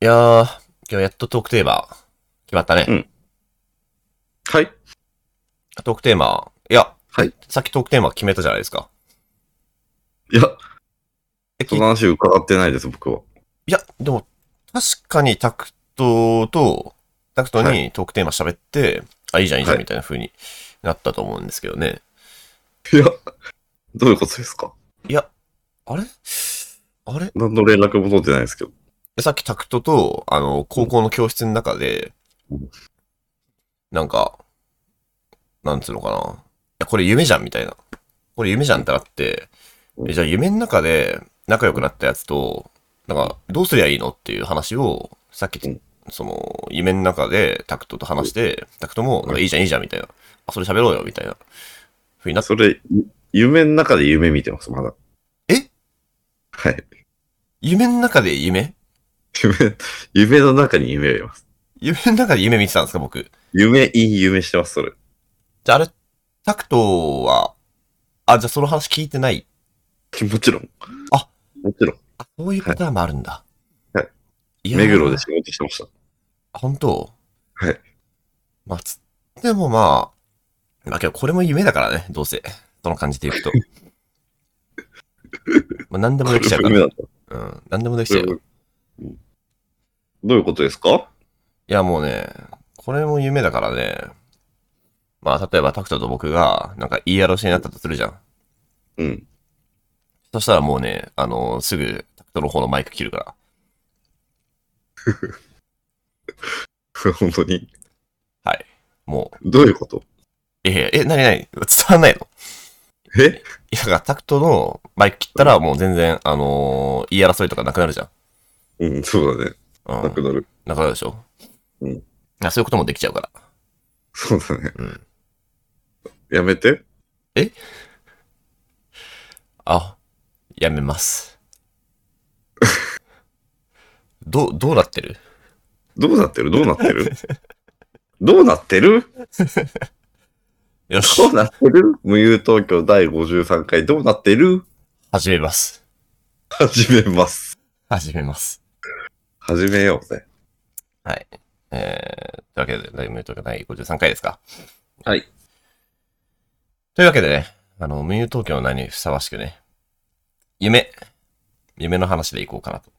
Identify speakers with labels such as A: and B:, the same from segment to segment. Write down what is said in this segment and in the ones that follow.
A: いやー、今日やっとトークテーマ、決まったね。
B: うんはい。
A: トークテーマ、いや、
B: はい
A: さっきトークテーマ決めたじゃないですか。
B: いや、
A: えき
B: そ
A: い
B: の話伺ってないです、僕は。
A: や、でも、確かにタクトと、タクト
B: は
A: にトークテーマ喋って、あ、いいじゃん、いいじゃん、
B: はい
A: みたいな風になったと思うんですけどね。
B: いや、どういうことですか
A: いや、あれあれ
B: 何の連絡も取ってないですけど。
A: さっきタクトと、あの、高校の教室の中で
B: うん、
A: なんか、なんつうのかな。いや、これ夢じゃんみたいな。これ夢じゃんってなって、
B: うん
A: えじゃあ夢の中で仲良くなったやつと、なんか、どうすりゃいいのっていう話を、さっ
B: う
A: き
B: ん、
A: その、夢の中でタクトと話して、タクトも、なんかいいじゃんいいじゃんみたいな。あ、それ喋ろうよみたいな。ふうになって、
B: それ、ゆ夢の中で夢見てます、まだ。
A: え
B: はい。
A: 夢の中で夢
B: 夢、夢の中に夢を見ます。
A: 夢の中で夢見てたんですか、僕。
B: 夢、いい夢してます、それ。
A: じゃあ、あれ、タクトは、あ、じゃあその話聞いてない。
B: もちろん。
A: あ
B: もちろん。
A: あ、そういうパターンもあるんだ。
B: はい。
A: いやー
B: 目黒で仕事してました。
A: あ本当
B: はい。
A: まあ、つってもまあ、まあけどこれも夢だからね、どうせ。その感じでい くと。まあ何でもできちゃうか
B: 夢だ
A: ら。
B: った。
A: うん、何でもできちゃうよ。
B: うんどういうことですか
A: いや、もうね、これも夢だからね。まあ、例えばタクトと僕が、なんか言い争いになったとするじゃん。
B: うん。
A: そしたらもうね、あのすぐタクトの方のマイク切るから。
B: 本当に。
A: もう、
B: どういうこと
A: え、え、なになに伝わんないの
B: え
A: いや、だからタクトのマイク切ったらもう全然、あのー言い争いとかなくなるじゃん。
B: うん、そうだね。
A: うん。
B: なくなる。
A: なくなるでしょ
B: うん
A: あそういうこともできちゃうから。
B: そうだね。
A: うん。
B: やめて。
A: あ、やめ ます。どう、どうなってる
B: どうなってるどうなってるどうなってる
A: よし
B: ど、うなってる無憂東京第53回どうなってる
A: 始めます。
B: 始めます。
A: 始めます。
B: 始めようぜ。
A: はい。えー、というわけで、大名東京第53回ですか。
B: はい。
A: というわけでね、あの、無友東京の名にふさわしくね、夢、夢の話でいこうかなと。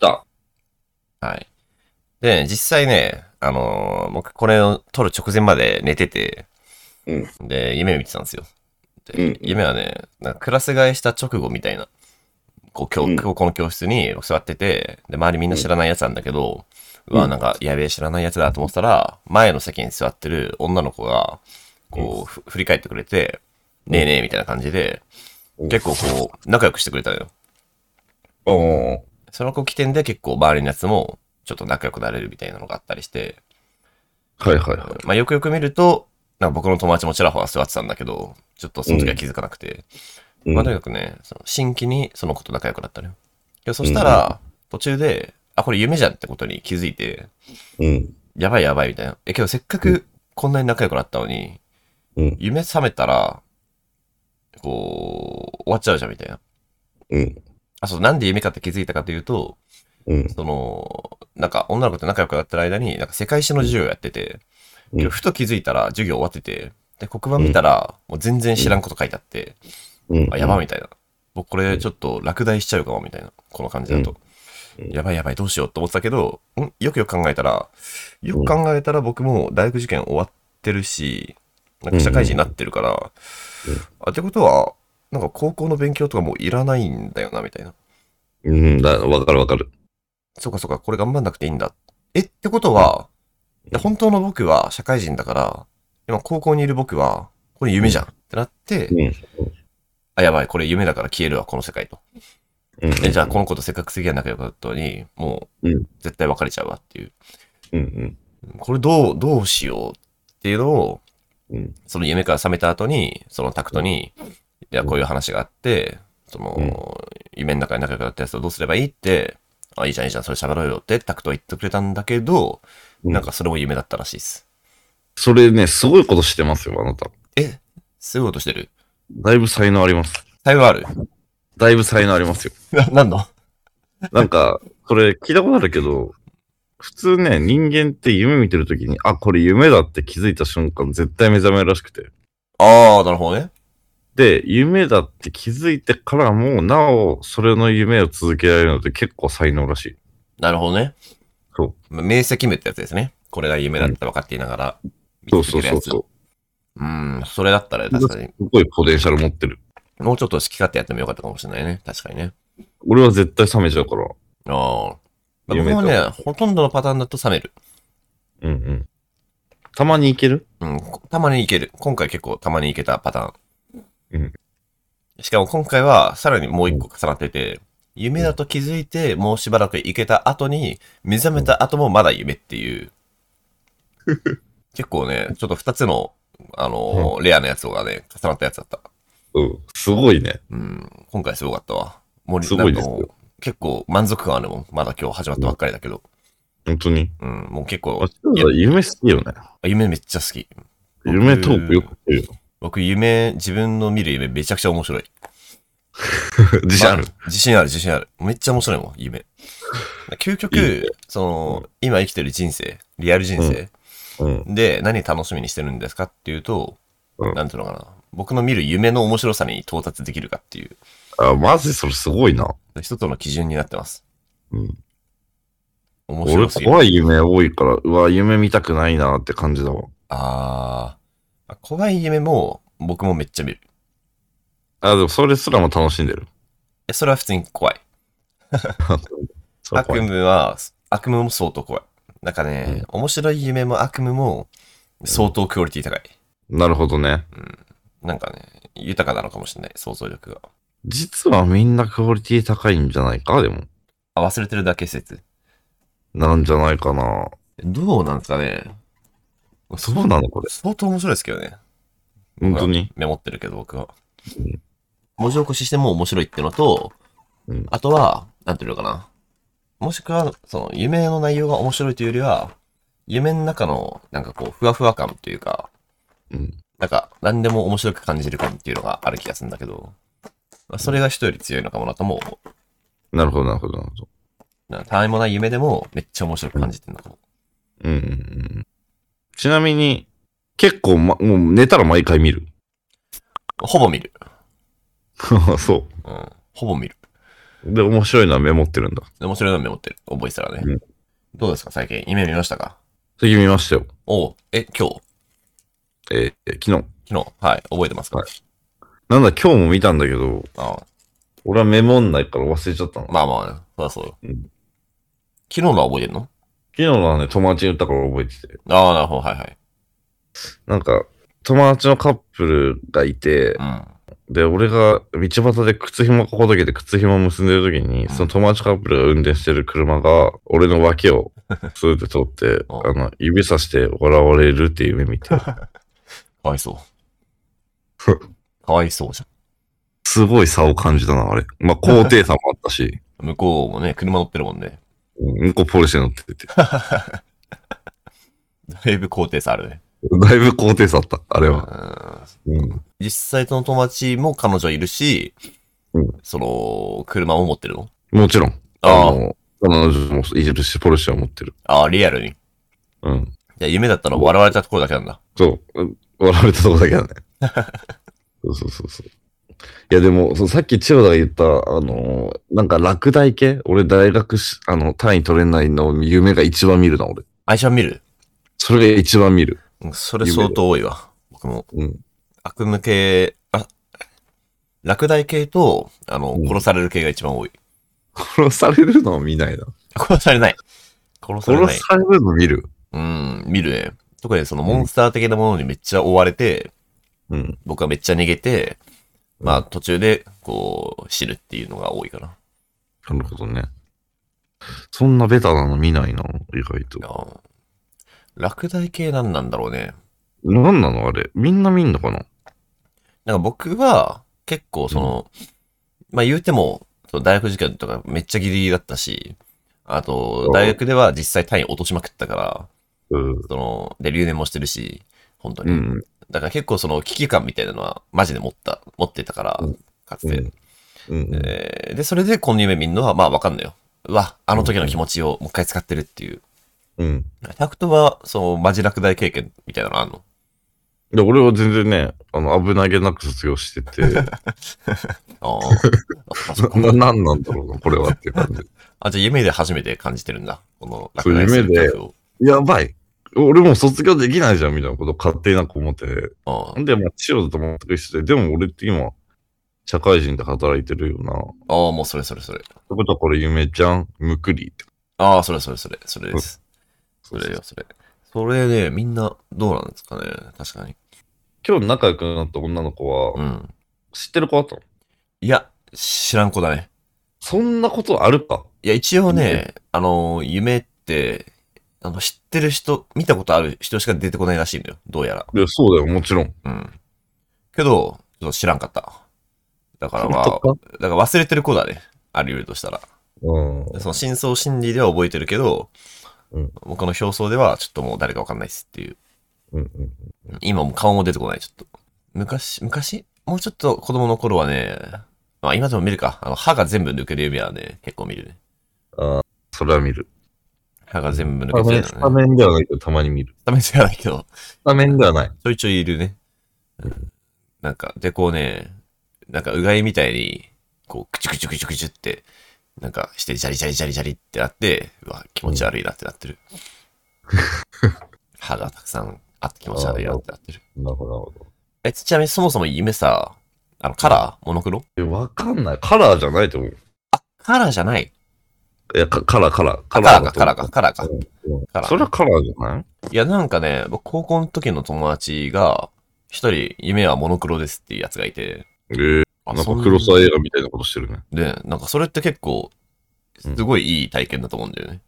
B: じゃあ、
A: はい。で、実際ね、あのー僕これを撮る直前まで寝てて、
B: う
A: で、夢を見てたんですよ。
B: う
A: で
B: ん
A: 夢はね、なんかクラス替えした直後みたいな、こう、今
B: うん
A: 日、この教室に座ってて、で、周りみんな知らないやつなんだけど、う
B: うん
A: わ、なんか、やべえ、知らないやつだと思ってたら、前の席に座ってる女の子が、こう、ふ振り返ってくれて、
B: うん
A: ねえねえ、みたいな感じで、
B: うん
A: 結構こう、仲良くしてくれたのよ。
B: おー
A: その子起点で結構周りのやつも、ちょっと仲良くなれるみたいなのがあったりして、
B: はいはいは
A: まあ、よくよく見ると、なんか僕の友達もちらほら座ってたんだけど、ちょっとその時は気づかなくて、
B: い。うん
A: まあ、とにかくね、その新規にその子と仲良くなったのよ。でそしたら、途中で、あ、これ夢じゃんってことに気づいて、
B: うん。
A: やばいやばいみたいな。え、けどせっか
B: う
A: くこんなに仲良くなったのに、
B: うん。
A: 夢覚めたら、こう、終わっちゃうじゃんみたいな。
B: うん。
A: あ、そう、なんで夢かって気づいたかというと、
B: うん。
A: その、なんか女の子と仲良くなってる間に、なんか世界史の授業やってて、
B: うん
A: けどふと気づいたら授業終わってて、で、黒板見たら、もう全然知らんこと書いてあって、
B: うん。
A: あ、やばみたいな。僕これちょっと落第しちゃうかもみたいな、この感じだと。
B: うん
A: やばいやばい、どうしようと思ってたけど、んよくよく考えたら、よく考えたら僕も大学受験終わってるし、なんか社会人になってるから、
B: うんうん
A: あ、ってことは、なんか高校の勉強とかもういらないんだよな、みたいな。
B: うん。だ、わかるわかる。
A: そうかそうか、これ頑張んなくていいんだ。え、ってことは、いや本当の僕は社会人だから、今高校にいる僕は、これ夢じゃんってなって、
B: うん。
A: あ、やばい、これ夢だから消えるわ、この世界と。
B: うん。
A: え、じゃあこの子とせっかく次は仲良かったのに、もう
B: うん、
A: 絶対別れちゃうわっていう。
B: うん。
A: これどう、どうしようっていうのを、
B: うん。うん。
A: その夢から覚めた後に、そのタクトに、いや、こういう話があって、その、夢の中に仲良くなったやつをどうすればいいって、あ、いいじゃん、いいじゃん、それ喋ろうよってタクトは言ってくれたんだけど、
B: うん
A: なんかそれも夢だったらしいです。
B: それね、すごいことしてますよ、あなた。
A: え、すごいことしてる。
B: だいぶ才能あります。
A: 才能ある。
B: だいぶ才能ありますよ。
A: な、なんの
B: なんか、それ聞いたことあるけど、普通ね、人間って夢見てるときに、あ、これ夢だって気づいた瞬間、絶対目覚めるらしくて。
A: ああ、なるほどね。
B: で、夢だって気づいてからも、なお、それの夢を続けられるのって結構才能らしい。
A: なるほどね。。
B: そう
A: 明晰夢ってやつですね。これが夢だって分かっていながら、見
B: そう
A: 続
B: そ
A: ける
B: うそ
A: や
B: う
A: つ。
B: そう。
A: うん、それだったら確かに、
B: すごいポテンシャル持ってる。
A: もうちょっと好き勝手やってもよかったかもしれないね。確かにね。
B: 俺は絶対冷めちゃうから。
A: ああ。まあ僕
B: 夢
A: も
B: と
A: ね、ほとんどのパターンだと冷める。
B: うんうん。たまにいける
A: うん、こたまにいける。今回結構たまにいけたパターン。
B: うん。
A: しかも今回はさらにもう一個重なってて、夢だと気づいて、もうしばらく行けた後に、目覚めた後もまだ夢って いう。結構ね、ちょっと二つの、あのーレアなやつがね、重なったやつだった。
B: うん。すごいね。
A: うん、今回すごかったわ。もう
B: すごいですよ
A: なんかもう結構満足感あるもん。まだ今日始まったばっかりだけど。
B: 本当に。
A: うん、もう結
B: あ
A: 構、、
B: 夢好きよね。
A: 夢めっちゃ好き。僕
B: 夢トークよくして るよ。
A: 僕、夢、自分の見る夢めちゃくちゃ面白い。
B: 自信ある
A: ま。自信ある、自信ある。めっちゃ面白いもん、夢。究極、
B: いいね
A: その、今生きてる人生、リアル人生、
B: うん。
A: で、何楽しみにしてるんですかっていうと、
B: うん
A: なんていうのかな。僕の見る夢の面白さに到達できるかっていう、
B: あ、マジそれすごいな。
A: 一つの基準になってます。
B: うん。
A: 面
B: 俺
A: 白すぎる。
B: 怖い夢多いから、うわ、夢見たくないなって感じだわ。
A: あー。怖い夢も、僕もめっちゃ見る。
B: あ、でもそれすらも楽しんでる。
A: えそれは普通に怖い。
B: それ
A: 悪
B: 怖い
A: 夢は、悪夢も相当怖い。なんかね、面白い夢も悪夢も相当クオリティ高い。
B: なるほどね。
A: なんかね、豊かなのかもしれない、想像力が。
B: 実はみんなクオリティ高いんじゃないかでも。
A: あ、忘れてるだけ説。
B: なんじゃないかな。
A: どうなんですかね。
B: そうなのこれ。
A: 相当面白いですけどね。
B: 本当に。
A: メモってるけど、僕は
B: うん。
A: 文字起こししても面白いってのと、
B: うん
A: あとは、なんていうのかな。もしくは、その、夢の内容が面白いというよりは、夢の中の、なんかこう、ふわふわ感というか、
B: うん。
A: なんか、何でも面白く感じる感っていうのがある気がするんだけど、まあ、それが人より強いのかもなとも思う
B: なるほど、なるほど、なるほど。
A: なたわいもない夢でもめっちゃ面白く感じてるのかも。
B: うんうんうん。ちなみに、結構、ま、もう寝たら毎回見る。
A: ほぼ見る。
B: そ
A: うん。ほぼ見る。
B: う。で、面白いのはメモってるんだ。
A: で面白いのメモってる。覚えてたらね。
B: うん
A: どうですか最近夢見ましたか
B: 次見ましたよ。
A: おうえ、今日
B: えー昨日。
A: 昨日はい。覚えてますか、
B: はいなんだ、今日も見たんだけど、
A: ああ
B: 俺はメモんないから忘れちゃったの。昨
A: まあまあ、そうだそうだ。
B: うん
A: 昨日のは覚えてんの
B: 日のはね、友達に言ったから覚えてて。
A: ああ、なるほど。はいはい。
B: なんか、友達のカップルがいて
A: う、ん。
B: で、俺が道端で靴紐ここだけで靴紐結んでる時に、その友達カップルが運転してる車が、俺の脇を、スーって通って、
A: うん
B: あの、指さして笑われるっていう夢見て、
A: かわいそう。かわいそうじ
B: すごい差を感じたな、あれ。まあ、高低差もあったし、
A: ゃん。向こうもね、車乗ってるもんね。
B: うんこうポルシェ乗ってて、
A: だいぶ高低差あるね。
B: だいぶ高低差あった、あれは。
A: うん。
B: うん。
A: 実際その友達も彼女いるし、
B: うん
A: その、車も持ってるの
B: もちろん、
A: ああ
B: の、彼女もいるし、ポルシェを持ってる。
A: ああ、リアルに。い
B: うん。
A: や、夢だったのは笑われたところだけなんだ。
B: そう。うん笑われたとこだ けだね。そうそうそうそう。いやでも、そうさっき千代田が言った、あのーなんか落第系俺大学し、あの、単位取れないの夢が一番見るな、俺。
A: 愛車見る
B: それが一番見る。
A: うんそれ相当多いわ。僕も。
B: うん。
A: 悪夢系、あ、落第系と、あの、
B: うん
A: 殺される系が一番多い。
B: 殺されるのは見ないな。
A: 殺されない。殺され
B: 殺
A: ない。
B: されるの見る。
A: うん、見るね。特にそのモンスター的なものにめっちゃ追われて、
B: うん。
A: 僕はめっちゃ逃げて、まあ途中で、こう、知るっていうのが多いかな。
B: なるほどね。そんなベタなの見ないな、意外と。
A: あ落第系なんなんだろうね。
B: なんなのあれ。みんな見んのかな
A: なんか僕は、結構その、まあ言うても、その大学受験とかめっちゃギリギリだったし、あと
B: う、ん
A: 大学では実際単位落としまくったから、
B: うん。
A: その、で、留年もしてるし、本当
B: う
A: に。
B: ん。
A: だから結構その危機感みたいなのはマジで持った、持ってたから
B: うん、
A: かつ
B: う
A: て。
B: ん。うん。
A: えーで、それでこの夢見るのは、まあわかんないよ。うわ、あの時の気持ちをもう一回使ってるっていう。
B: うん。
A: タクトは、そう、マジ落第経験みたいなのあんの
B: で、俺は全然ね、あの、危なげなく卒業して て、
A: あ ーあそっか
B: な、なんなんだろうな、これはっていう感じ。
A: あ、じゃあ夢で初めて感じてるんだ。この
B: そ
A: 落
B: う
A: 第する
B: 夢で
A: 恐怖を
B: やばい。俺もう卒業できないじゃん、みたいなこと勝手になんか思って。
A: あ
B: んで、まあ、千代田と全く一緒で、でも俺って今、社会人で働いてるよな。
A: あー、もうそれそれそれ。
B: ってことはこれ夢じゃん、むくりって。
A: ああ、それそれそれ。それです。
B: そ
A: そうれ
B: そう
A: よ、それ。それね、みんなどうなんですかね。確かに。
B: 今日仲良くなった女の子は、
A: うん。
B: 知ってる子だったの
A: いや、知らん子だね。
B: そんなことあるか
A: いや、一応ね、あの、夢って、あの、知ってる人、見たことある人しか出てこないらしいんだよ。どうやら。
B: いや、そうだよ、もちろん。
A: うん。けど、ちょっと知らんかった。だからまあ、
B: 本当
A: だ
B: か
A: から忘れてる子だね。あり得るとしたら。
B: うん。
A: その真相心理では覚えてるけど、
B: うん
A: 僕の表層ではちょっともう誰かわかんないっすっていう。
B: うんうん。
A: 今もう顔も出てこない、ちょっと。昔、昔もうちょっと子供の頃はね、まあ今でも見るか。あの、歯が全部抜ける夢はね、結構見るね。
B: それは見る。
A: 歯が全部抜
B: スタメ
A: け
B: ン
A: て
B: ス
A: る
B: タ
A: のね。
B: メンではないけど、たまに見る。
A: ダメじゃないけど、
B: スタメンではない。
A: ちょいちょいいるね。うんなんか、で、こうね、なんかうがいみたいに、こう、くちゅくちゅくちゅくちゅって、なんかして、ジャリジャリジャリジャリってなって、うわ、気持ち悪いなってなって る。歯がたくさんあって気持ち悪いなってなってる。
B: なるほど、なるほど。
A: え、ちなみにそもそも夢さ、あの、カラーモノクロ
B: え、わかんない。カラーじゃないと思う。
A: カラーじゃない。
B: いや、かカラー、カラー。
A: あ
B: カ
A: カラーか、
B: だ
A: カ
B: と思
A: ラーか、。
B: う
A: カラーか
B: う。うん
A: カラー
B: それはカラーじゃない
A: いや、なんかね、僕、高校の時の友達が、一人、夢はモノクロですっていうやつがいて、
B: えー、
A: あ
B: なん
A: そん
B: か黒沢映画みたいなことしてるね。
A: で、なんかそれって結構、
B: うん
A: すごいいい体験だと思うんだよね。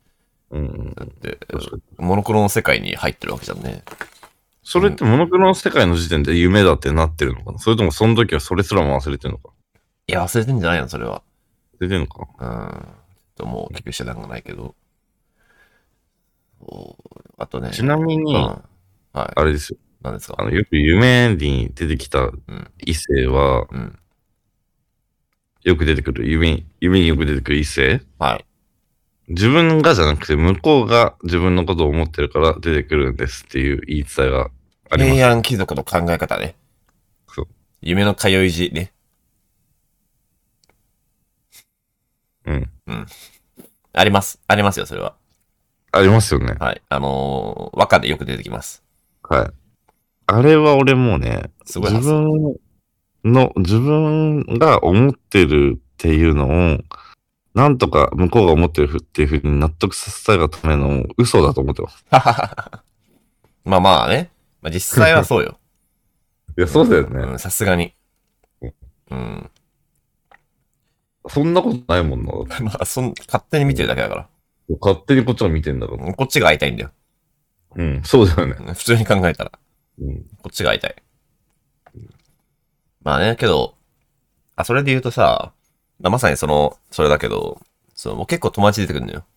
B: うんうん。
A: だって、
B: 確かに。
A: モノクロの世界に入ってるわけじゃんね。
B: それってモノクロの世界の時点で夢だってなってるのかなそれともその時はそれすらも忘れてるのか
A: いや、忘れてんじゃないの、それは。
B: 出てるのか
A: うん。ちょっともう、結局手段がないけど。そうあとね。
B: ちなみに、
A: うん
B: あ
A: はい。
B: れですよ。
A: 何です
B: あ
A: か
B: の、よく夢に出てきた
A: ん
B: 異性は、
A: うん。
B: よく出てくる、夢に、夢によく出てくる異性
A: はい。
B: 自分がじゃなくて、向こうが自分のことを思ってるから出てくるんですっていう言い伝えがあります。
A: 平安貴族の考え方ね。
B: そう
A: 夢の通い字ね。
B: うん。
A: あります。ありますよ、それは。
B: ありますよね。
A: はい。あのー、和歌でよく出てきます。
B: はい。あれは俺もうね、
A: すごい
B: 自
A: 発想。
B: 分の、自分が思ってるっていうのを、なんとか向こうが思ってるっていうふうに納得させたいがための嘘だと思ってます。
A: まあまあね。まあ実際はそうよ。
B: いや、そうだよ
A: う
B: ね。
A: ん、さすがに
B: うん。
A: うん。
B: そんなことないもんな。
A: まあ、そん、勝手に見てるだけだから。
B: 勝手にこっちを見てんだから。
A: こっちが会いたいんだよ。
B: うん、そうだよね。
A: 普通に考えたら。
B: うん。
A: こっちが会いたい。まあね、けど、あ、それで言うとさ、まあまさにその、それだけど、そのもう結構友達出てくるんだよ。だか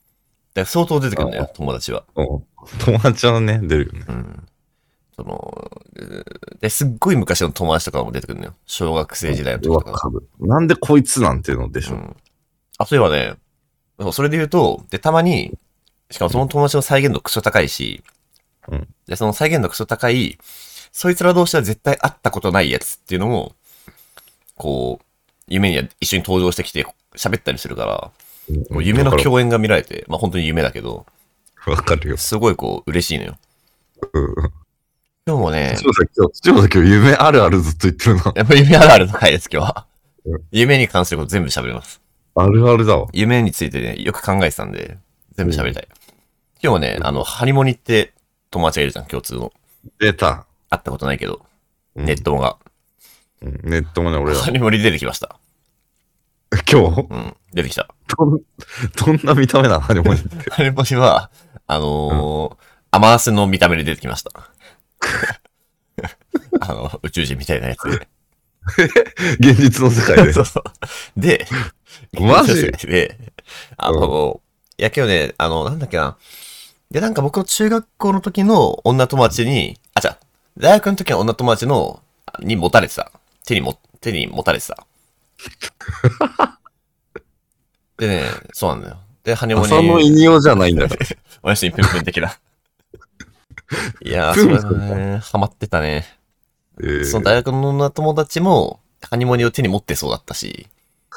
A: ら相当出てくるんだよ、友達は。
B: うん友達はね、出るよね。
A: うん。その、えーで、すっごい昔の友達とかも出てくるんだよ。小学生時代の時
B: わ
A: とか。
B: かる。なんでこいつなんていうのでし
A: う
B: ょ。
A: ん。あ、そういえばね、そうそれで言うと、で、たまに、しかもその友達の再現度クソ高いし、
B: うん
A: で、その再現度クソ高い、そいつら同士は絶対会ったことないやつっていうのも、こう、夢には一緒に登場してきて喋ったりするから、こう夢の
B: 日
A: 共演が見られて、まあ本当に夢だけど、
B: わかるよ。
A: すごいこう嬉しいのよ。
B: うん。
A: 今日もね、
B: 千代田今日、千代田今日夢あるあるずっと言ってるな。
A: やっぱ夢あるあるの回です、今日は
B: う。
A: 夢に関すること全部喋ります。
B: あるあるだわ。
A: 夢についてね、よく考えてたんで、全部喋りたい。今日もね、あの、ハリモニって友達がいるじゃん、共通の。
B: 出た。
A: 会ったことないけど、
B: うん
A: ネットが。
B: うんネットもね、俺ら。
A: ハリモニ出てきました。
B: 今日
A: うん、出てきた。
B: どんどんな 見た目なのハニモニって。
A: ハリモニは、あのーアマースの見た目で出てきました。 あの、宇宙人みたいなやつで。
B: 現実の世界 で
A: そ。うそう。で、
B: マジ
A: で、あの、いや、今日ね、あの、なんだっけな。で、なんか僕の中学校の時の女友達に、あ、じゃ大学の時の女友達の、に持たれてた。手にも、手に持たれてた。でね、そうなんだよ。で、羽もに、
B: 浅野稲尾じゃないんだから。
A: おやしにプンプン的な。い やー、
B: プ
A: そ
B: ンプン
A: れはね、ハマってたね。
B: えー
A: その大学の友達も、ハニモニを手に持ってそうだったし、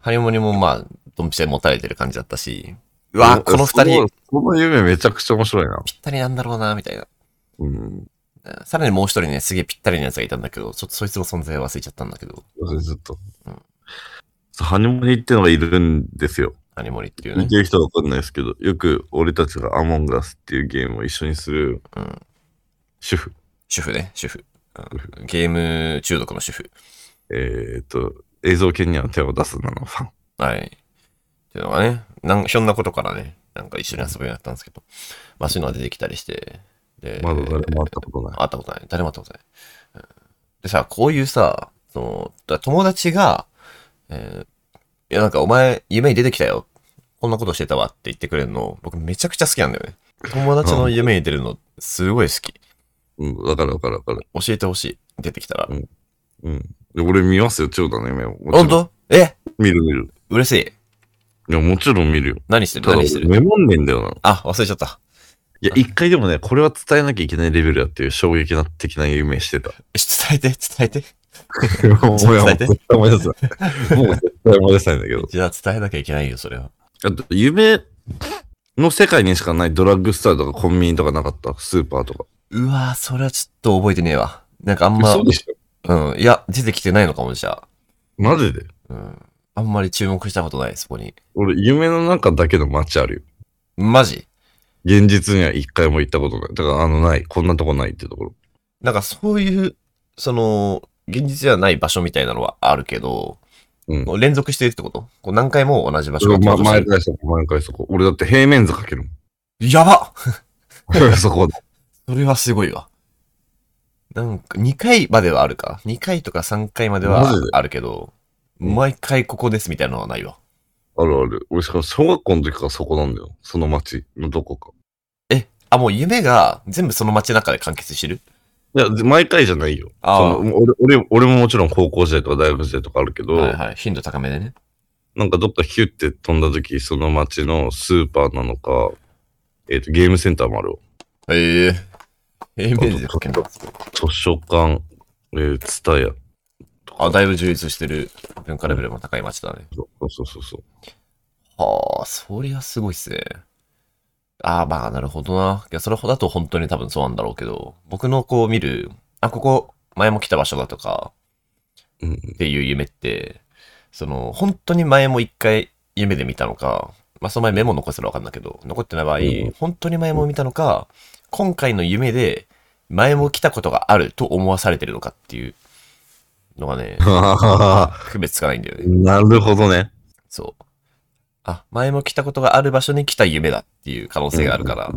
A: ハニモニもまあ、ドンピシャに持たれてる感じだったし、うわーこの二人、。
B: その夢めちゃくちゃ面白いな。
A: ぴったりなんだろうな、みたいな。
B: うん。
A: さらにもう一人ね、すげえぴったりなやつがいたんだけど、ちょっとそいつの存在忘れちゃったんだけど、
B: それずっと
A: うん。
B: ハニモニってのがいるんですよ。
A: ハニモニっていう
B: 見
A: ね。
B: てる人はわかんないですけど、よく俺たちがアモンガスっていうゲームを一緒にする
A: うん。
B: 主婦。
A: 主婦ね、主婦。うんゲーム中毒の主婦。
B: えっと、映像権には手を出すなのファン。
A: はい。っていうのがね、なんひょんなことからね、なんか一緒に遊ぶようになったんですけど、まあそういうのが出てきたりして、で、
B: まだ誰も会ったことない。
A: 会ったことない。誰も会ったことない。うんでさ、こういうさ、その、だ友達が、えーいやなんかお前、夢に出てきたよ。こんなことしてたわって言ってくれるの、僕めちゃくちゃ好きなんだよね。友達の夢に出るの、すごい好き。
B: うん、わかるわかるわかる。
A: 教えてほしい。出てきたら。
B: うんうん。で俺見ますよ、千代田の夢を。もちろ
A: 本
B: ん
A: 当え
B: 見る見る。
A: 嬉しい。
B: いや、もちろん見るよ。
A: 何してる
B: ただ、
A: 何してる
B: メモんねんだよな。
A: あ、忘れちゃった。
B: いや、一回でもね、これは伝えなきゃいけないレベルだっていう衝撃な的な夢して た。
A: え伝えて、伝えて。伝え
B: もう、もう
A: て
B: 絶対思い出せない。もう絶対思い出せないんだけど。
A: じゃあ伝えなきゃいけないよ、それは。
B: あと、夢の世界にしかないドラッグストアとかコンビニとかなかった。スーパーとか。
A: うわぁ、それはちょっと覚えてねえわ。なんかあんま、
B: そうでしょ
A: うん、いや、出てきてないのかも、じゃあ。
B: マジで
A: うん。あんまり注目したことない、そこに。
B: 俺、夢の中だけの街あるよ。
A: マジ
B: 現実には一回も行ったことない。だから、あの、ない。こんなとこないっていうところ。
A: なんかそういう、その、現実ではない場所みたいなのはあるけど、
B: うん
A: こう連続してるってことこう何回も同じ場所が
B: ま
A: 登場す
B: 毎
A: る
B: 回そこ、毎回そこ。俺だって平面図描ける
A: やば
B: も ん。そこで。
A: それはすごいわ。なんか2回まではあるか。2回とか3回までは
B: マジで
A: あるけど、
B: うん
A: 毎回ここですみたいなのはないわ。
B: あるある。俺しかも小学校の時からそこなんだよ。その町のどこか。
A: え、あ、もう夢が全部その街の中で完結してる
B: いや、毎回じゃないよ。
A: あー
B: その俺俺俺ももちろん高校時代とか大学時代とかあるけど、
A: はいはい。頻度高めでね。
B: なんかどっかヒュって飛んだ時、その町のスーパーなのか、えっ、と、ゲームセンターもあるよ。
A: へえー。平面図で書けんの
B: 図書館、えー、ツタヤ。
A: あ、だいぶ充実してる文化レベルも高い街だね。
B: そうそうそうそう。
A: はあ、そりゃすごいっすね。ああ、まあ、なるほどな。いや、それほどだと本当に多分そうなんだろうけど、僕のこう見る、あ、ここ前も来た場所だとか
B: うん、
A: っていう夢って、その、本当に前も一回夢で見たのか、まあ、その前メモ残せたらわかんないけど、残ってない場合、
B: うん、
A: 本当に前も見たのか、今回の夢で前も来たことがあると思わされてるのかっていうのが ね
B: あ
A: 区別つかないんだよね
B: ー。なるほどね。
A: そう。あ、前も来たことがある場所に来た夢だっていう可能性があるから。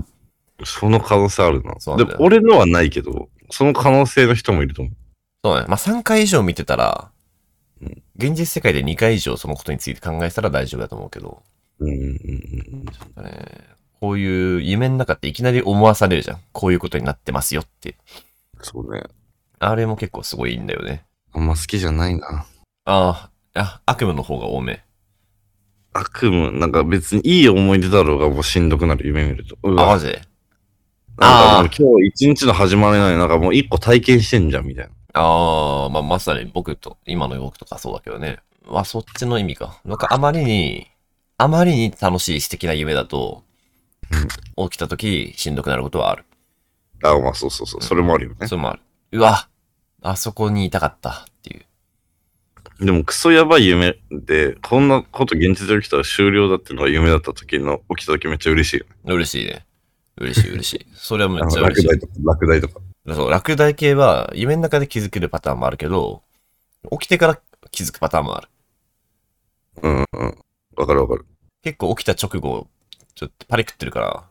B: その可能性あるな。
A: そうな
B: で
A: んだよ
B: も俺のはないけど、その可能性の人もいると思う。
A: そうね。まあ、3回以上見てたら
B: うん、
A: 現実世界で2回以上そのことについて考えてたら大丈夫だと思うけど、
B: うんうんうんうん。
A: ね、こういう夢の中っていきなり思わされるじゃん。こういうことになってますよって。
B: そうね。
A: あれも結構すごいんだよね。
B: あんま好きじゃないな。
A: ああ、あ悪夢の方が多め。
B: 悪夢、なんか別にいい思い出だろうがもうしんどくなる夢見ると。う
A: あ、
B: わ
A: マジで
B: なんかもう今日一日の始まりなのになんかもう一個体験してんじゃんみたいな。
A: ああ、まあ、まさに僕と、今の僕とかそうだけどね。まあ、そっちの意味か。なんか、あまりに、あまりに楽しい素敵な夢だと、起きた時、しんどくなることはある。
B: あまあそうそうそう、それもあるよね。
A: それもある。うわ、あそこにいたかったっていう。
B: でもクソやばい夢で、こんなこと現実で起きたら終了だっていうのが夢だった時の起きた時めっちゃ嬉しいよね。
A: 嬉しいね。嬉しい、嬉しい。それはめ
B: あ
A: っち
B: の
A: ゃ嬉
B: 落
A: しい
B: 第。とか、落第とか。
A: そう、落第系は、夢の中で気づけるパターンもあるけど、起きてから気づくパターンもある。
B: うんうんうん。わかるわかる。
A: 結構起きた直後、ちょっとパリ食ってるから、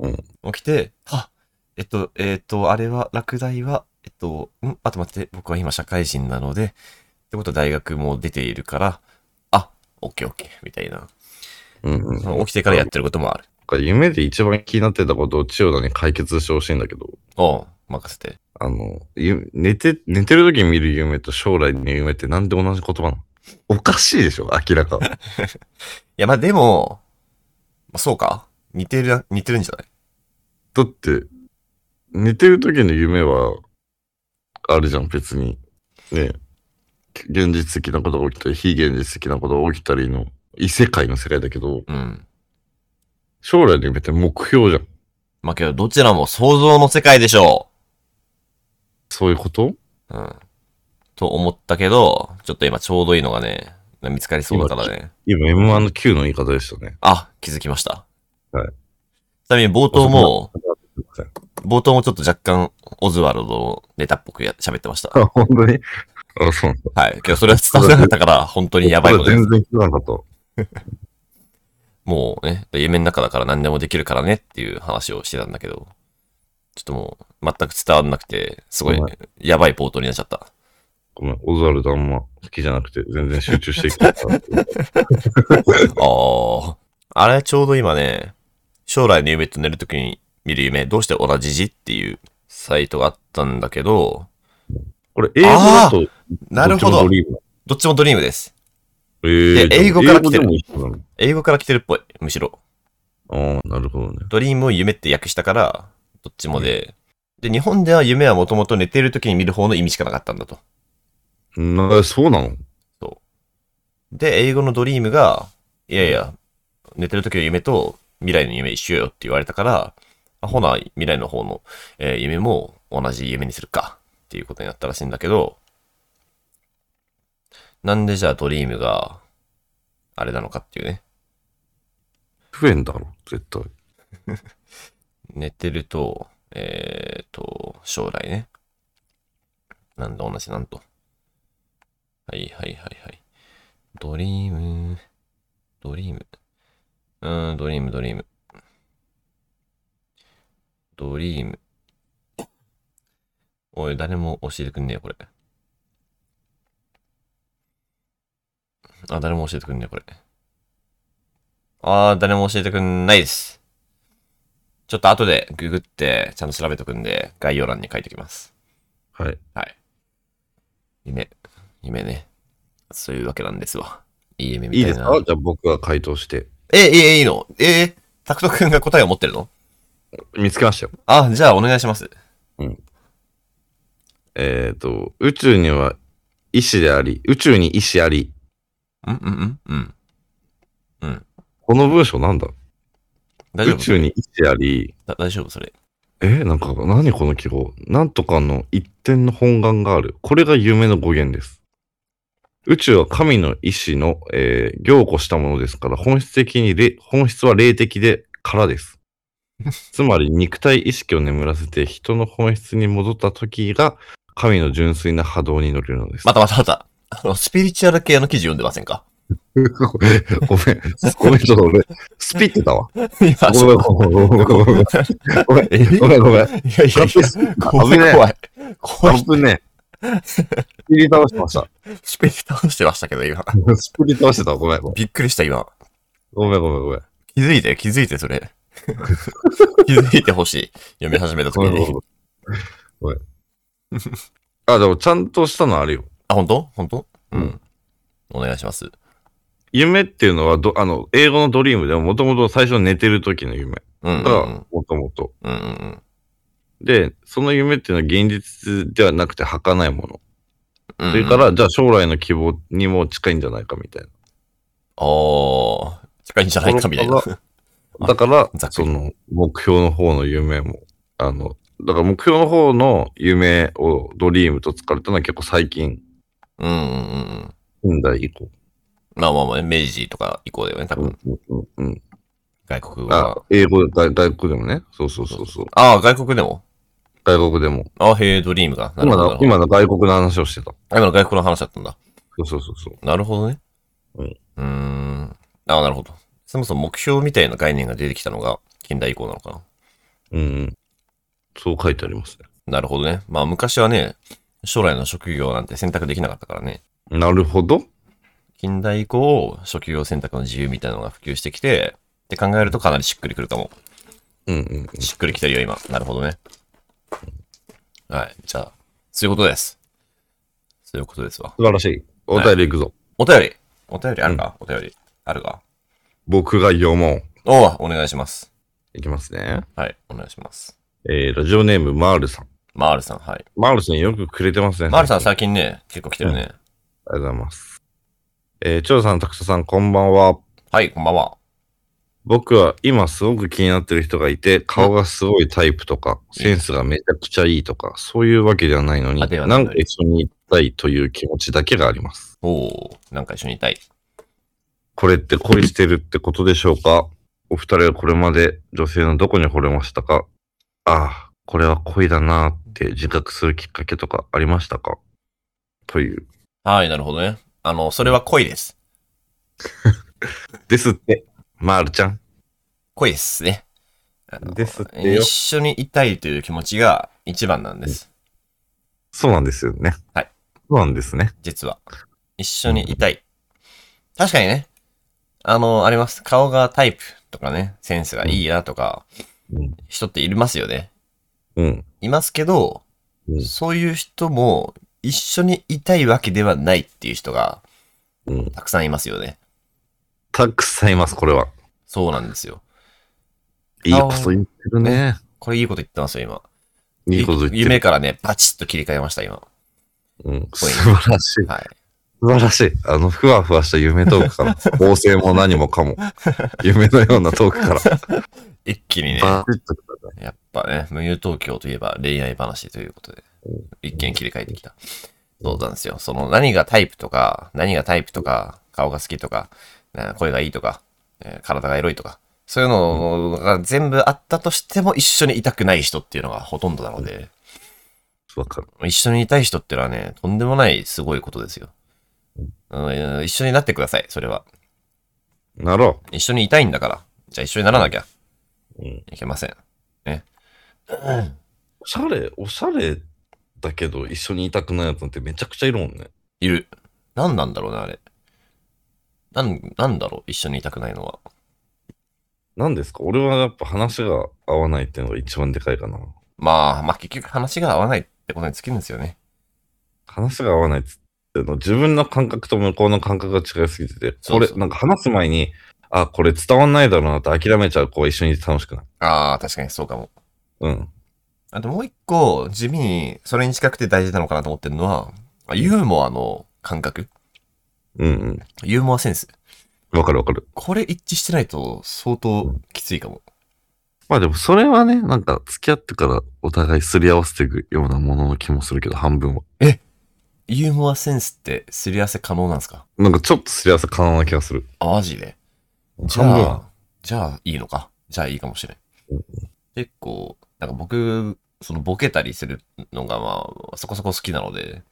B: うん
A: 起きて、あえっと、えっと、あれは、落第は、えっと、んあと待って、僕は今社会人なので、ってことは大学も出ているから、あ、オッケーオッケー、みたいな。
B: うんうん。
A: その起きてからやってることもある。
B: なんか夢で一番気になってたことを千代田に解決してほしいんだけど、
A: おう、任せて。
B: あの、ゆ寝て、寝てる時に見る夢と将来の夢って なんで同じ言葉なのおかしいでしょ明らか。
A: いや、まあでも、あそうか似てるな、似てるんじゃない
B: だって、寝てる時の夢は、あるじゃん、別に。ね現実的なことが起きたり、非現実的なことが起きたりの、異世界の世界だけど、
A: うん。
B: 将来の夢って目標じゃん。
A: まあけど、どちらも想像の世界でしょ
B: そういうこと
A: う。うん。と思ったけど、ちょっと今ちょうどいいのがね、見つかりそうだからね。
B: 今 M1 の Q の言い方でしたね。
A: あ、気づきました。
B: はい。
A: ちなみに冒頭も、
B: すいません
A: 冒頭もちょっと若干、オズワルドのネタっぽくや喋ってました。
B: あ、 本当に あ、そうなんだ。
A: はい。けどそれは伝わらなかったから、本当にやばいこと
B: これ
A: です
B: 全。然聞かなかっ
A: もうね、夢の中だから何でもできるからねっていう話をしてたんだけど、ちょっともう全く伝わらなくて、すごい
B: ご
A: やばい冒頭になっちゃった。
B: た。ごめん、オズワルドあんま好きじゃなくて、全然集中していけなか った。
A: ああ。あれちょうど今ね、将来の夢と寝るときに見る夢、どうして同じ字っていうサイトがあったんだけど、
B: これ、英語だと、
A: なるほ
B: っちも
A: ど
B: ド。リーム
A: どっちもドリームです。
B: えー、
A: で英語から来てる
B: 英語でも一緒なの。
A: 英語から来てるっぽい、むしろ。
B: ああ、なるほどね。
A: ドリームを夢って訳したから、どっちもで。で、日本では夢はもともと寝てるときに見る方の意味しかなかったんだと。
B: なそうなの
A: で、英語のドリームが、いやいや、寝てる時の夢と未来の夢一緒よって言われたから、あほな、未来の方の、えー夢も同じ夢にするかっていうことになったらしいんだけど、なんでじゃあドリームが、あれなのかっていうね。
B: 不便だろ、絶対。
A: 寝てると、えーと、将来ね。なんだ、同じなんと。はいはいはいはい。ドリーム、ドリーム。うーん、ドリーム、ドリーム。ドリーム。おい、誰も教えてくんねえよ、これ。あ、誰も教えてくんねえ、これ。あー、誰も教えてくんないです。ちょっと後でググって、ちゃんと調べとくんで、概要欄に書いておきます。
B: はい。
A: 夢。夢ね。そういうわけなんですわ。いい夢
B: い
A: み
B: い
A: た
B: で
A: い
B: す
A: な。
B: かじゃあ僕が回答して。
A: え、え、え、いいのええタクト君が答えを持ってるの
B: 見つけましたよ。
A: あ、じゃあお願いします。
B: えっ、と、宇宙には意志であり、宇宙に意志あり。
A: うんうんうんうん。
B: この文章なんだ
A: 大丈
B: 宇
A: 夫
B: 宙に意志あり。
A: だ大丈夫それ。
B: えーなんか、何この記号。なんとかの一点の本願がある。これが夢の語源です。宇宙は神の意志の、えー凝固したものですから、本質的にれ、本質は霊的で、から です。つまり、肉体意識を眠らせて、人の本質に戻った時が、神の純粋な波動に乗れるのです。
A: またまたまた。あの、スピリチュアル系の記事読んでませんか
B: ごめん、ごめん、ごめん、ちょっと俺、スピって たわ。
A: いや、
B: ご
A: そう
B: めん、ごめん、ごめん、ごめん、ごめん、
A: え い
B: ごめん、ごめん。
A: やいやいや、怖い
B: 危ねえ
A: 怖い。怖い。
B: 危ねえ。スピリ倒してました。
A: スピリ倒してましたけど、今。
B: スピリ倒してたわ、ごめん。ご
A: びっくりした、今。
B: めん、ごめん、ごめん。
A: 気づいて、気づいて、それ。 気づいてほしい。読み始めた
B: ご
A: 時
B: めん、ごめん
A: に。。
B: ごめん。あ、でもちゃんとしたのあるよ。
A: あ、本当本当う
B: うん
A: ん。お願いします。
B: 夢っていうのはど、あの、英語のドリームでももともと最初寝てる時の夢
A: うん。うんうん
B: が、もともと。
A: うんうん
B: で、その夢っていうのは現実ではなくて儚いもの。
A: うん。
B: それから、じゃあ将来の希望にも近いんじゃないかみたいな。
A: おー、近いんじゃないかみたいな。あ
B: だから
A: ざっ、く
B: そ
A: り
B: の、目標の方の夢も、あの、だから目標の方の夢をドリームと使われたのは結構最近、
A: うんうんうん。
B: 近代以降。
A: まあまあまあね、明治とか以降だよね、多
B: う
A: 分。
B: んうんうんうん。
A: 外国語
B: あ
A: は。、
B: 英語で、外外国でもね。そうそうそうそう。
A: ああ、外国でも
B: 外国でも。
A: あへえ、ドリームが。なる
B: 今
A: ほどなる
B: の、
A: ほど。
B: 今の外国の話をしてた。
A: 今の外国の話だったんだ。
B: そうそうそうそう。
A: なるほどね。
B: う
A: うんーん。ああ、なるほど。そもそも目標みたいな概念が出てきたのが近代以降なのかな。
B: うんうん。そう書いてあります
A: なるほどね。まあ昔はね、将来の職業なんて選択できなかったからね。
B: ね。なるほど。
A: 近代以降、職業選択の自由みたいなのが普及してきて、って考えるとかなりしっくりくるかも。
B: うんうん。
A: しっくりきてるよ、今。なるほどね。はい。じゃあ、そういうことです。そういうことですわ。
B: 素晴らしい。お便りいくぞ。
A: お便りお便りあるか、お便りあるか
B: 僕が読もう。
A: おうお願いします。
B: いきますね。
A: はい、お願いします。
B: えー、ラジオネーム、マールさん。
A: マールさん、はい。
B: マールさんよくくれてますね。
A: マールさん
B: 最
A: 最近
B: 近
A: ね、結構来てるね。
B: ありがとうございます。えー、チョウさん、タクトさん、こんばんは。
A: はい、こんばんは。
B: 僕は今すごく気になってる人がいて、顔がすごいタイプとか、センスがめちゃくちゃいいとか、そういうわけではないのに、
A: あではな
B: ないんか一緒に行きたいという気持ちだけがあります。
A: おおなんか一緒にいたい。
B: これって恋してるってことでしょうかお二人はこれまで女性のどこに惚れましたかああ、これは恋だなーって自覚するきっかけとかありましたかという。
A: はい、なるほどね。あの、それは恋です。
B: ですって、まるちゃん。
A: 恋ですね。あの
B: ですってよ
A: 一緒にいたいという気持ちが一番なんです。
B: そうなんですよね。
A: はい。
B: そうなんですね。
A: 実は。一緒にいたい。確かにね。あの、あります。顔がタイプとかね、センスがいいなとか、
B: うん
A: 人っていますよね。
B: うん。
A: いますけど、
B: うん
A: そういう人も一緒にいたいわけではないっていう人が
B: うん。
A: たくさんいますよね。
B: たくさんいます、これは。
A: そうなんですよ。
B: いいこと言ってるね。
A: これいいこと言ってますよ、今。
B: いいこと言ってる。
A: 夢からね、バチッと切り替えました、今。
B: うん、素晴らしい。
A: はい。
B: 素晴らしい。あの、ふわふわした夢トークから、構成も何もかも、夢のようなトー クから、
A: 一気にね、
B: バーッとくださ
A: やっぱね、無友東京といえば恋愛話ということで、一見切り替えてきた。そうなんですよ。その何がタイプとか、何がタイプとか、顔が好きとか、な声がいいとか、えー体がエロいとか、そういうのが全部あったとしても一緒にいたくない人っていうのがほとんどなので、
B: い。わかる。
A: 一緒にいたい人っていうのはね、とんでもないすごいことですよ。うん一緒になってください、それは。
B: なろ
A: 一緒にいたいんだから。じゃあ一緒にならなきゃ
B: う。うん。
A: いけません。
B: おしゃれ、おしゃれだけど、一緒にいたくないやつなんてめちゃくちゃいるもんね。
A: いる。何なんだろうね、あれ。なん、なんだろう、一緒にいたくないのは。
B: なんですか俺はやっぱ話が合わないっていうのが一番でかいかな。
A: まあ、まあ結局話が合わないってことに尽きるんですよね。
B: 話が合わないっつっての自分の感覚と向こうの感覚が違いすぎてて、
A: そうそう
B: これ、なんか話す前に、あ、これ伝わんないだろうなって諦めちゃう子は一緒にいて楽しくない。
A: ああ、確かにそうかも。
B: うん。
A: あともう一個、地味に、それに近くて大事なのかなと思ってるのは、ユーモアの感覚
B: うん
A: ユーモアセンス。
B: うん。わかるわかる。
A: これ一致してないと相当きついかも。
B: まあでもそれはね、なんか付き合ってからお互いすり合わせていくようなものの気もするけど、半分は。
A: ユーモアセンスってすり合わせ可能なんですか
B: なんかちょっとすり合わせ可能な気がする。
A: あ、マジでじ
B: 半分
A: ゃ
B: は
A: あ、じゃあいいのか。じゃあいいかもしれん
B: うんうん。
A: 結構、なんか僕、そのボケたりするのがまあ、そこそこ好きなので、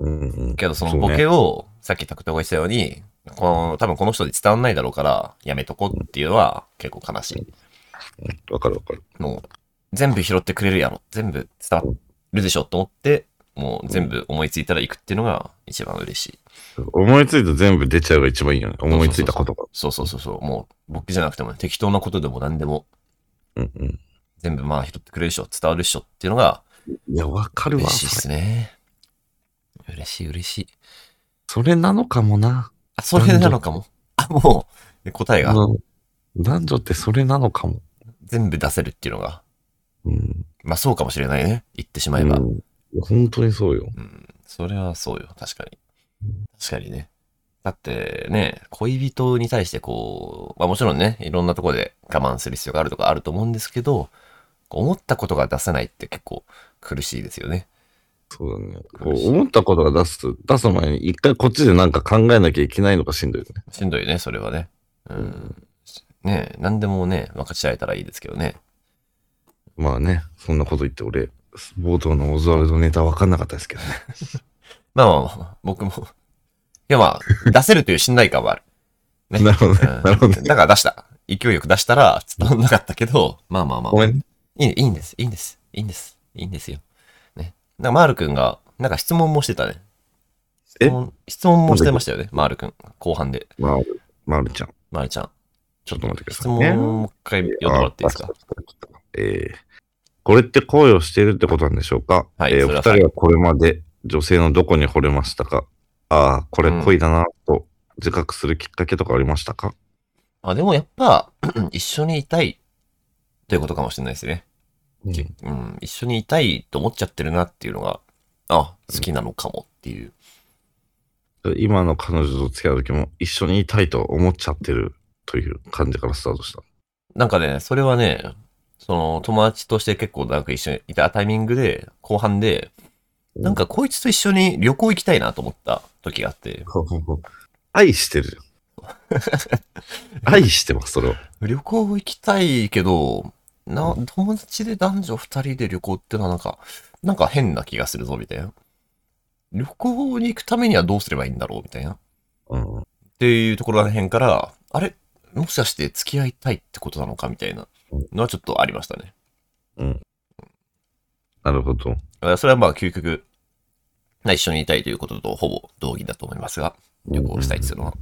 B: うんうん。
A: けどその
B: そうね
A: ボケを、さっき拓斗が言ってたように、この、多分この人に伝わんないだろうから、やめとこうっていうのは結構悲しい。
B: わかるわかる。
A: もう、全部拾ってくれるやろ。全部伝わるでしょと思って、もう全部思いついたら行くっていうのが一番嬉しい。
B: 思いついた全部出ちゃえば一番いいよね。思いついたことが。
A: そうそうそうそう。もう、ボケじゃなくてもね適当なことでも何でも
B: うんうん。
A: 全部まあ拾ってくれるでしょ、伝わるでしょっていうのが
B: いや、わかるわ。
A: 嬉しいで
B: それ
A: すね。嬉しい嬉しい。
B: それなのかもな。
A: あ、それなのかも。あ、もう、答えが
B: うん男女ってそれなのかも。
A: 全部出せるっていうのが、
B: うん。
A: まあそうかもしれないね。言ってしまえば。
B: うん本当にそうよ。
A: うん。それはそうよ、確かに。確かにね。だってね、恋人に対してこう、まあもちろんね、いろんなところで我慢する必要があるとかあると思うんですけど、こう思ったことが出せないって結構苦しいですよね。
B: そうだね。こう思ったことが出す、出す前に一回こっちでなんか考えなきゃいけないのがしんどいよね。
A: しんどいね、それはね。うん。ねえ、何でもね、分かち合えたらいいですけどね。
B: まあね、そんなこと言って俺、冒頭のオズワルドネタ分かんなかったですけどね。
A: まあまあまあまあ、僕も。いやまあ、出せるという信頼感は ある。ね
B: なるほどね。
A: うん
B: なるほどね。
A: だから出した。勢いよく出したら伝わんなかったけど、まあまあまあ
B: ご。めんね。
A: いい、いいんです。いいんです。いいんです。いいんですよ。ね。なんか、マールくんが、なんか質問もしてたね。
B: え
A: 質問質問もしてましたよね、マールくん。後半で。
B: まあ、まるちゃん、
A: マールちゃん。
B: ちょっと待ってくだ
A: 質
B: さいね。
A: 問もう一回読んでもらっていいですか
B: あえーこれって恋をしているってことなんでしょうか、
A: はい
B: えー
A: そ
B: お
A: れ
B: 二
A: ははい
B: 人はこれまで女性のどこに惚れましたかああ、これ恋だなと自覚するきっかけとかありましたか、
A: あ、でもやっぱ、 一緒にいたいということかもしれないですね。
B: うん
A: うん、一緒にいたいと思っちゃってるなっていうのが、あ、好きなのかもっていう。
B: 今の彼女と付き合う時も一緒にいたいと思っちゃってるという感じからスタートした。
A: なんかね、それはね、その友達として結構なんか一緒にいたタイミングで、後半で、なんかこいつと一緒に旅行行きたいなと思った時があって、
B: 愛してるじゃん。愛 してます、それは。
A: 旅行行きたいけど、な、友達で男女二人で旅行ってのはなんか、なんか変な気がするぞ、みたいな。旅行に行くためにはどうすればいいんだろう、みたいな。っ
B: うん。
A: ていうところら辺から、あれもしかして付き合いたいってことなのか、みたいなのはちょっとありましたね。
B: なるほど。
A: あそれはまあ究極、まあ一緒にいたいということとほぼ同義だと思いますが、旅行したいっていうのは。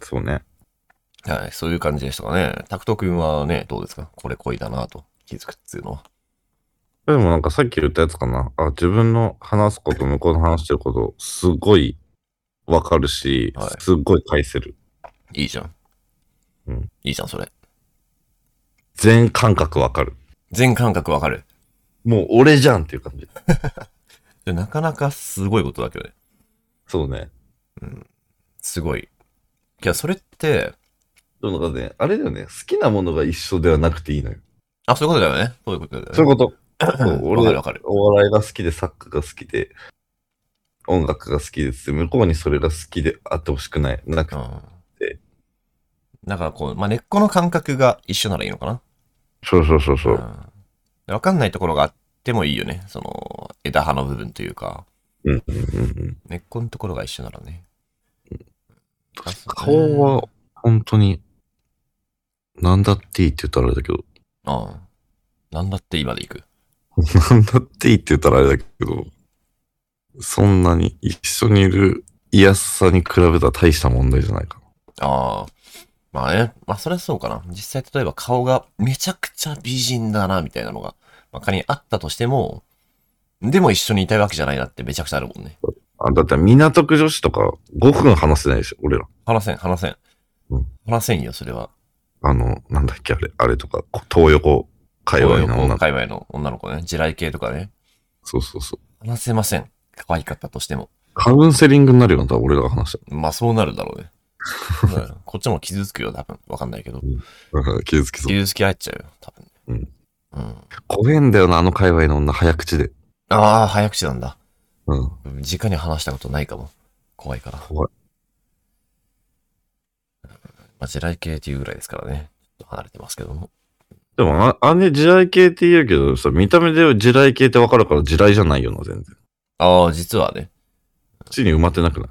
B: そうね。
A: はい、そういう感じでしたかね。タクト君はね、どうですかこれ恋だなと気づくっていうのは。
B: でもなんかさっき言ったやつかな。あ、自分の話すこと、向こうの話してること、すごいわかるし、
A: はい
B: すっごい返せる。
A: いいじゃん。
B: うん。
A: いいじゃん、それ。
B: 全感覚わかる。
A: 全感覚わかる。
B: もう俺じゃんっていう感じ。
A: でなかなかすごいことだけどね。
B: そうね。
A: すごい。いや、それって、
B: でもなんかね、あれだよね、好きなものが一緒ではなくていい のよ。
A: あ、そういうことだよね。そういうことだよね。
B: そういうこと。
A: う
B: そ
A: ん
B: う
A: わか
B: 俺
A: るわかる。
B: お笑いが好きで、サッカーが好きで、音楽が好きです。向こうにそれが好きであってほしくない。なく
A: う
B: て、
A: ん
B: で。
A: だからこう、まあ、根っこの感覚が一緒ならいいのかな。
B: そうそうそうそう。
A: うんわかんないところがあってもいいよね。その、枝葉の部分というか、
B: うんうんうん
A: 根っこのところが一緒ならね。あそう
B: 顔は、本当に、なんだっていいって言ったらあれだけど、
A: うん。なんだって今で行く。
B: なんだっていいって言ったらあれだけど、そんなに一緒にいる癒さに比べたら大した問題じゃないかな。
A: ああ。まあね、まあそれはそうかな。実際例えば顔がめちゃくちゃ美人だな、みたいなのが、まあ仮にあったとしても、でも一緒にいたいわけじゃないなってめちゃくちゃあるもんね。
B: あ、だって港区女子とか5分話せないでしょ、俺ら。
A: 話せん、話せん
B: うん。
A: 話せんよ、それは。
B: あの、なんだっけ、あれ、あれとか、こ東横界
A: 東
B: 隈の
A: 横
B: 女の子。
A: 界隈の女の子ね、地雷系とかね。
B: そうそうそう。
A: 話せません。可愛かったとしても。
B: カウンセリングになるようになったら俺らが話した
A: まあそうなるだろう ね。うんこっちも傷つくよ、多分。わかんないけど。
B: だから気づきそう。
A: 傷つき入っちゃうよ、多分。
B: うん。
A: うん。
B: 怖えんだよな、あの界隈の女、早口で。
A: ああ、早口なんだ。
B: うん。
A: うん直に話したことないかも。怖いから。
B: 怖い。
A: まあ、地雷系っていうぐらいですからね。ちょっと離れてますけども。
B: でもあ、あれ地雷系って言うけどさ、見た目で地雷系ってわかるから地雷じゃないよな、全然。
A: ああ、実はね。
B: 地に埋まってなくな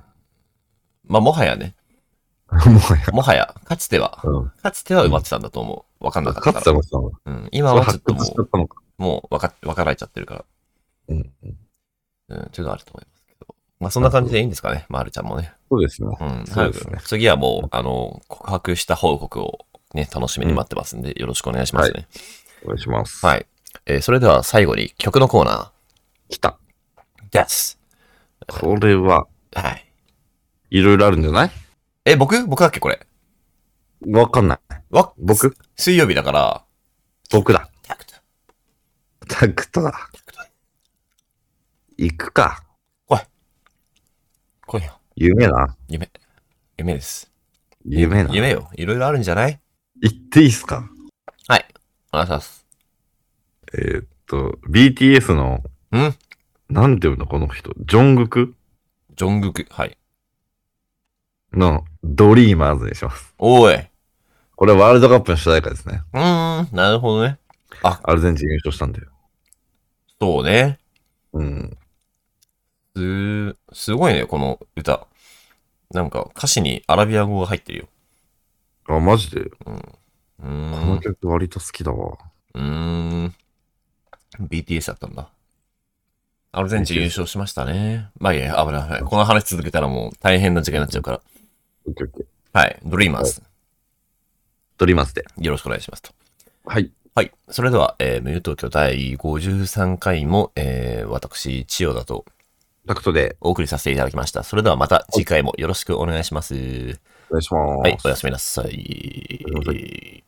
A: まあ、もはやね。
B: いもはや。
A: もはや、かつては、
B: うん。
A: かつては埋まってたんだと思う。わかんなか
B: か
A: った
B: つ
A: か
B: て
A: ら。
B: もさ、
A: うん。今はちょ
B: 発
A: っと
B: 掘
A: も
B: しちゃったのか。
A: う、もうわか、わかられちゃってるから。
B: うん。
A: うん、ちょっとあると思いますけど。まあ、そんな感じでいいんですかね。まあ、るちゃんもね。
B: そうですね。
A: うん、
B: そうですね
A: 早く次はもう、あの、告白した報告をね、楽しみに待ってますんで、よろしくお願いしますね。
B: お願いします。
A: はい。えーそれでは最後に曲のコーナ
B: 来た。
A: ーです。
B: これは、
A: はい。
B: いろいろあるんじゃない
A: え、僕僕だっけこれ。
B: わかんない。
A: わ
B: 僕
A: 水曜日だから、
B: 僕だ。
A: タクト
B: タクトだ。行くか。
A: 今夜、
B: 夢な。
A: 夢、夢です。
B: 夢な。
A: 夢よ。いろいろあるんじゃない
B: 言っていいっすか
A: はい。お願いします。
B: えーっと、BTS の、
A: うん
B: なんていうのこの人。ジョングク
A: ジョングク。はい。
B: のドリーマーズにします。
A: おーい。
B: これワールドカップの主題歌ですね。
A: うーん、なるほどね。
B: アルゼンチン優勝したんだよ。
A: そうね。
B: うん。
A: す、すごいね、この歌。なんか、歌詞にアラビア語が入ってるよ。
B: あ、マジで。
A: うー
B: こ
A: ん
B: の。曲割と好きだわ。
A: うーん。BTS だったんだ。アルゼンチン優勝しましたね。まあいいや、危ない危ない。この話続けたらもう大変な時間になっちゃうから。
B: オッケーオッケー
A: はい。ドリーマーズ。
B: ドリーマーズで。
A: よろしくお願いしますと。
B: はい。
A: はい。それでは、えー、無友東京第53回も、えー、私、千代田と
B: タクトで。
A: お送りさせていただきました。それではまた次回もよろしくお願いします。お願いします。
B: はい、おやすみなさい
A: おやすみなさ。